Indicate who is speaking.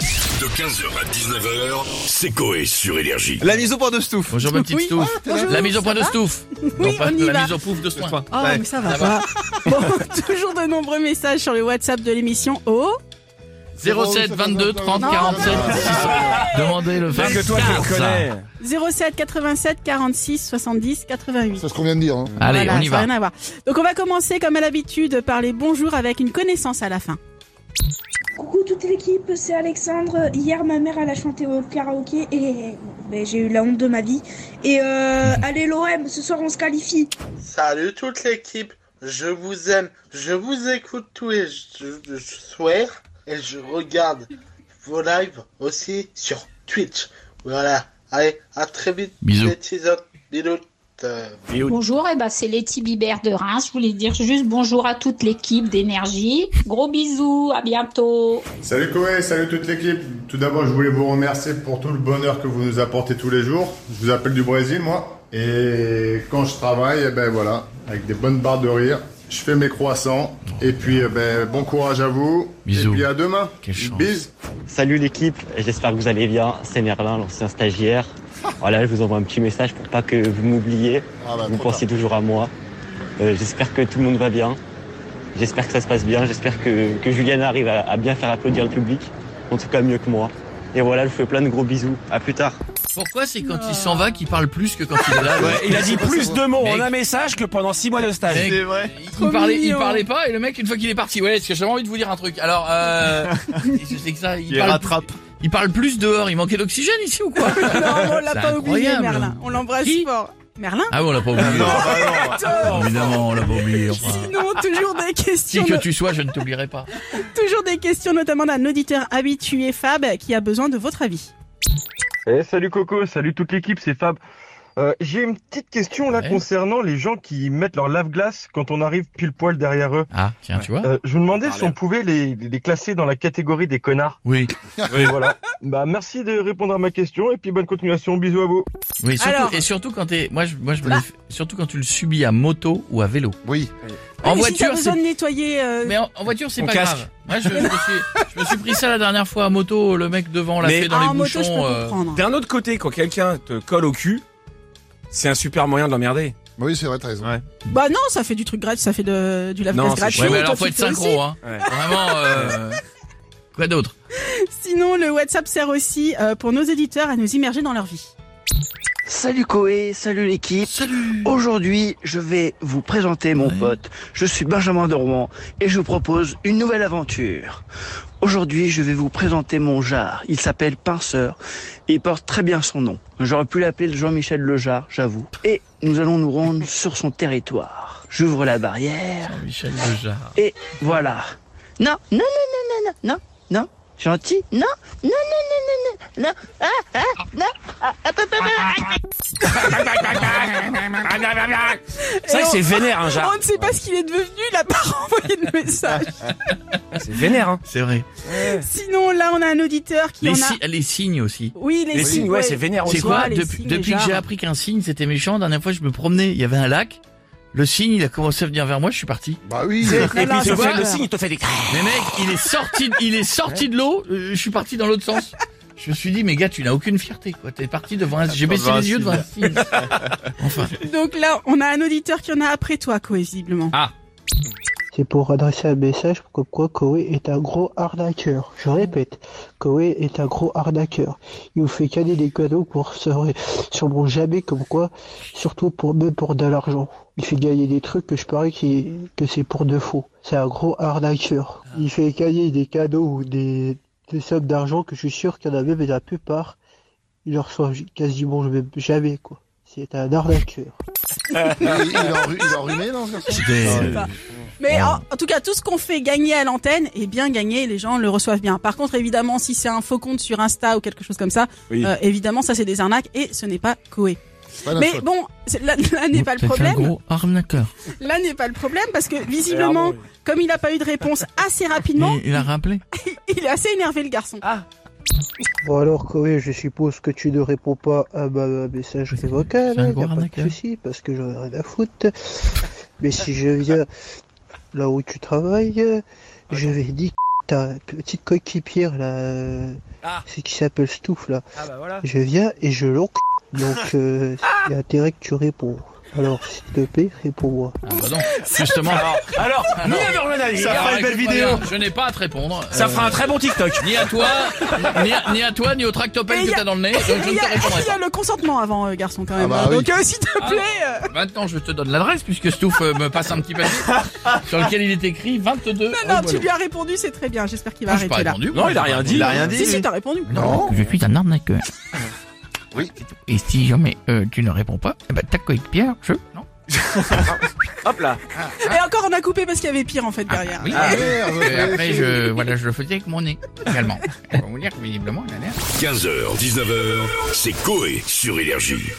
Speaker 1: De 15h à 19h, c'est Coé sur Énergie.
Speaker 2: La mise au point de Stouff.
Speaker 3: Bonjour ma petite
Speaker 4: Oui.
Speaker 3: stouffe.
Speaker 4: Ah, bonjour,
Speaker 3: la mise au
Speaker 4: ça
Speaker 3: point de
Speaker 4: va
Speaker 3: stouffe.
Speaker 4: Oui,
Speaker 3: pas
Speaker 4: on y
Speaker 3: la
Speaker 4: va.
Speaker 3: mise au pouf de soin.
Speaker 4: Oh,
Speaker 2: Ouais.
Speaker 4: mais ça va,
Speaker 3: Ça
Speaker 4: ça
Speaker 3: va.
Speaker 4: va. Bon, toujours de nombreux messages sur le WhatsApp de l'émission. Oh
Speaker 3: 07 22 30 47 600. Demandez le
Speaker 2: Parce
Speaker 3: 24.
Speaker 2: que toi, tu le connais.
Speaker 4: 07 87 46 70 88.
Speaker 5: C'est ce qu'on vient de dire. Hein.
Speaker 3: Allez,
Speaker 4: Voilà,
Speaker 3: on y
Speaker 4: ça a
Speaker 3: va.
Speaker 4: rien à voir. Donc on va commencer comme à l'habitude par les bonjours avec une connaissance à la fin.
Speaker 6: Coucou toute l'équipe, c'est Alexandre. Hier, ma mère, elle a chanté au karaoké et ben, j'ai eu la honte de ma vie. Et euh, allez l'OM, ce soir on se qualifie.
Speaker 7: Salut toute l'équipe, je vous aime, je vous écoute tous et je, je, je swear et je regarde vos lives aussi sur Twitch. Voilà, allez, à très vite.
Speaker 3: Bisous.
Speaker 7: les teasers. Bisous. Euh,
Speaker 8: Bonjour, eh ben, c'est Letty Bibert de Reims. Je voulais dire juste bonjour à toute l'équipe d'énergie. Gros bisous, à bientôt.
Speaker 9: Salut Koé, salut toute l'équipe. Tout d'abord, je voulais vous remercier pour tout le bonheur que vous nous apportez tous les jours. Je vous appelle du Brésil, moi. Et quand je travaille, eh ben voilà, avec des bonnes barres de rire, je fais mes croissants. Et puis, eh ben, bon courage à vous.
Speaker 3: Bisous.
Speaker 9: Et puis à demain.
Speaker 3: Quelle chance.
Speaker 9: Bise.
Speaker 10: Salut l'équipe, j'espère que vous allez bien. C'est Merlin, l'ancien stagiaire. Voilà, je vous envoie un petit message pour pas que vous m'oubliez.
Speaker 9: Ah bah,
Speaker 10: vous
Speaker 9: trop
Speaker 10: pensez toujours à moi. Euh, j'espère que tout le monde va bien. J'espère que ça se passe bien. J'espère que, que Julien arrive à, à bien faire applaudir le public. En tout cas, mieux que moi. Et voilà, je vous fais plein de gros bisous. À plus tard.
Speaker 3: Pourquoi c'est quand il s'en va qu'il parle plus que quand il est là
Speaker 2: Ouais, il a dit plus de mots en
Speaker 3: Mec.
Speaker 2: un message que pendant 6 mois de stage.
Speaker 3: Mec,
Speaker 2: C'est
Speaker 3: il,
Speaker 4: Trop
Speaker 3: parlait, il
Speaker 4: mignon.
Speaker 3: parlait pas et le mec une fois qu'il est parti, ouais, parce que j'avais envie de vous dire un truc. Alors, euh, je sais que ça, il, parle, il parle plus dehors. Il manquait d'oxygène ici ou quoi
Speaker 4: Non, on l'a
Speaker 3: C'est
Speaker 4: pas oublié,
Speaker 3: incroyable.
Speaker 4: Merlin. On l'embrasse
Speaker 3: Qui
Speaker 4: fort. Merlin
Speaker 3: Ah oui, on l'a pas oublié. Évidemment, on l'a pas oublié. enfin.
Speaker 4: Sinon, toujours des
Speaker 3: Si
Speaker 4: questions.
Speaker 3: que tu sois, je ne t'oublierai pas.
Speaker 4: Toujours des questions, notamment d'un auditeur habitué, Fab, qui a besoin de votre avis.
Speaker 11: Eh, salut Coco, salut toute l'équipe, c'est Fab. Euh, J'ai une petite question là
Speaker 3: Ouais.
Speaker 11: concernant les gens qui mettent leur lave-glace quand on arrive pile poil derrière eux.
Speaker 3: Ah, tiens, tu vois.
Speaker 11: Euh, je me demandais si on pouvait les, les classer dans la catégorie des connards.
Speaker 3: Oui,
Speaker 11: Et voilà. Bah merci de répondre à ma question et puis bonne continuation, bisous à vous.
Speaker 3: oui. Surtout,
Speaker 4: Alors. Bah.
Speaker 3: et surtout quand t'es, moi, je, moi, je me l'ai fait- surtout quand tu le subis à moto ou à vélo.
Speaker 5: Oui.
Speaker 3: En
Speaker 4: Oui, mais si
Speaker 3: voiture,
Speaker 4: t'as
Speaker 3: c'est
Speaker 4: besoin de nettoyer. euh,
Speaker 3: Mais en, en voiture, c'est
Speaker 2: On
Speaker 3: pas
Speaker 2: casque.
Speaker 3: grave. Moi, je, je me suis, je me suis pris ça la dernière fois à moto. Le mec devant l'a
Speaker 2: Mais-
Speaker 3: fait dans
Speaker 4: ah,
Speaker 3: les
Speaker 4: en moto,
Speaker 3: bouchons.
Speaker 4: je peux
Speaker 3: euh,
Speaker 4: comprendre.
Speaker 2: D'un autre côté, quand quelqu'un te colle au cul, c'est un super moyen de l'emmerder.
Speaker 5: Oui, c'est vrai, t'as raison.
Speaker 4: Bah non, ça fait du truc gratuit, ça fait de, du
Speaker 2: Non,
Speaker 4: lave-glace
Speaker 2: c'est
Speaker 4: gratuit.
Speaker 2: chiant.
Speaker 3: Ouais, mais
Speaker 4: Toi,
Speaker 3: alors
Speaker 4: tu
Speaker 3: faut être
Speaker 4: le fais aussi.
Speaker 3: synchro, hein.
Speaker 2: Ouais.
Speaker 3: Vraiment. euh, Quoi d'autre hein.
Speaker 4: Sinon, le WhatsApp sert aussi euh, pour nos éditeurs à nous immerger dans leur vie.
Speaker 10: Salut Koé, salut l'équipe. Aujourd'hui, je vais vous présenter mon pote. Je suis Benjamin Dormand et je vous propose une nouvelle aventure. Aujourd'hui, je vais vous présenter mon jar. Il s'appelle Pinceur et il porte très bien son nom. J'aurais pu l'appeler Jean-Michel Lejar, j'avoue. Et nous allons nous rendre sur son territoire. J'ouvre la barrière.
Speaker 3: Michel Lejar.
Speaker 10: Et voilà. Non, non, non, non, non, non, non, non. Gentil Non, non, non, non, non, non, non. Ah, ah, non. Ah, attends, attends, attends.
Speaker 2: Ah, C'est vrai que c'est vénère, hein, un jar.
Speaker 4: On ne sait pas ce qu'il est devenu, il a pas renvoyé de message.
Speaker 2: C'est vénère, hein.
Speaker 3: C'est vrai.
Speaker 4: Sinon, là, on a un auditeur qui
Speaker 3: Les,
Speaker 4: en a...
Speaker 3: si- les signes aussi.
Speaker 4: Oui, les,
Speaker 2: Les signes, ouais, c'est vénère
Speaker 3: C'est
Speaker 2: aussi.
Speaker 4: voit
Speaker 3: quoi
Speaker 4: les
Speaker 3: Depuis,
Speaker 4: signes,
Speaker 3: depuis
Speaker 4: les
Speaker 3: que j'ai
Speaker 4: jars.
Speaker 3: appris qu'un signe c'était méchant, la dernière fois je me promenais, il y avait un lac. Le signe, il a commencé à venir vers moi, je suis parti.
Speaker 5: Bah oui.
Speaker 2: Et puis,
Speaker 4: Voilà,
Speaker 2: il te
Speaker 4: c'est
Speaker 2: fait
Speaker 4: vrai.
Speaker 2: le signe, il te fait des...
Speaker 3: Mais mec, il est sorti, il est sorti de l'eau. euh, Je suis parti dans l'autre sens. Je me suis dit, mais gars, tu n'as aucune fierté, quoi. T'es parti devant un. J'ai baissé les yeux devant un signe. Enfin.
Speaker 4: Donc là, on a un auditeur qui en a après toi, quoi, visiblement.
Speaker 10: C'est pour adresser un message comme quoi Koé est un gros arnaqueur. Je répète, Koé est un gros arnaqueur. Il vous fait caler des cadeaux pour se, sur mon jamais comme quoi, surtout pour même pour de l'argent. Il fait gagner des trucs que je parie qui, que c'est pour de faux. C'est un gros arnaqueur. Il fait gagner des cadeaux ou des, des sommes d'argent que je suis sûr qu'il y en a même et la plupart, il leur reçoit quasiment même jamais quoi. C'est un arnaqueur.
Speaker 5: Il, il est enru- il est enrhumé, non, ce garçon
Speaker 2: Euh,
Speaker 4: sais pas. Mais en, en tout cas, tout ce qu'on fait gagner à l'antenne est bien gagné, les gens le reçoivent bien. Par contre, évidemment, si c'est un faux compte sur Insta ou quelque chose comme ça,
Speaker 2: Oui.
Speaker 4: euh, évidemment, ça c'est des arnaques et ce n'est pas Koé.
Speaker 5: Pas la
Speaker 4: Mais
Speaker 5: faute.
Speaker 4: bon, c'est- là, là n'est pas le
Speaker 3: T'es un
Speaker 4: problème.
Speaker 3: gros arnaqueur.
Speaker 4: Là n'est pas le problème parce que visiblement, comme il n'a pas eu de réponse assez rapidement,
Speaker 3: Il, il a rappelé.
Speaker 4: il est assez énervé le garçon.
Speaker 10: Bon alors Koé, je suppose que tu ne réponds pas à ma message
Speaker 3: C'est-
Speaker 10: vocal,
Speaker 3: c'est un
Speaker 10: hein,
Speaker 3: gros
Speaker 10: y a pas de
Speaker 3: arnaqueur.
Speaker 10: souci, parce que j'en ai rien à foutre. Mais si euh, je viens là où tu travailles, je vais dire ta petite coéquipière là, euh,
Speaker 3: Ah.
Speaker 10: c'est qui s'appelle Stouff là.
Speaker 12: Ah bah voilà.
Speaker 10: Je viens et je l'oncle. Donc euh,
Speaker 3: Ah.
Speaker 10: il y a intérêt que tu réponds. Alors s'il te plaît, réponds-moi.
Speaker 3: Bah non, justement.
Speaker 10: Alors,
Speaker 2: alors, ni à Vergenali. Ça fera une belle
Speaker 3: écoute-moi
Speaker 2: vidéo.
Speaker 3: bien, Je n'ai pas à te répondre. Euh,
Speaker 2: Ça fera un très bon TikTok.
Speaker 3: Ni à toi, ni à, ni à toi, ni au tractopelle
Speaker 4: Et
Speaker 3: que
Speaker 4: y a-
Speaker 3: t'as dans le nez. Donc je
Speaker 4: Il
Speaker 3: ne
Speaker 4: y,
Speaker 3: te
Speaker 4: a-
Speaker 3: répondrai
Speaker 4: il y a le consentement avant, euh, garçon, quand même.
Speaker 3: bah
Speaker 4: hein.
Speaker 3: oui.
Speaker 4: Donc, euh, s'il te plaît. euh,
Speaker 3: pas. Maintenant, je te donne l'adresse puisque Stouff euh, me passe un petit papier sur lequel il est écrit 22.
Speaker 4: Non, non, tu lui as répondu, c'est très bien. J'espère qu'il va
Speaker 3: Non, j'ai
Speaker 4: arrêter
Speaker 3: Ah, pas
Speaker 4: là.
Speaker 3: répondu, moi. Non, il a rien dit. Il a rien dit,
Speaker 4: Si, si,
Speaker 3: lui.
Speaker 4: t'as répondu.
Speaker 3: je suis un arnaqueur. Oui. Et si jamais euh, tu ne réponds pas, eh ben, ta Pierre, je. Non.
Speaker 2: Hop là.
Speaker 4: Et encore, on a coupé parce qu'il y avait pire en fait derrière.
Speaker 3: Oui,
Speaker 4: Ah,
Speaker 3: oui. Et après, je, voilà, je le faisais avec mon nez également. Je vais vous dire que visiblement, il a l'air.
Speaker 1: 15h, 19h, c'est Coé sur Énergie.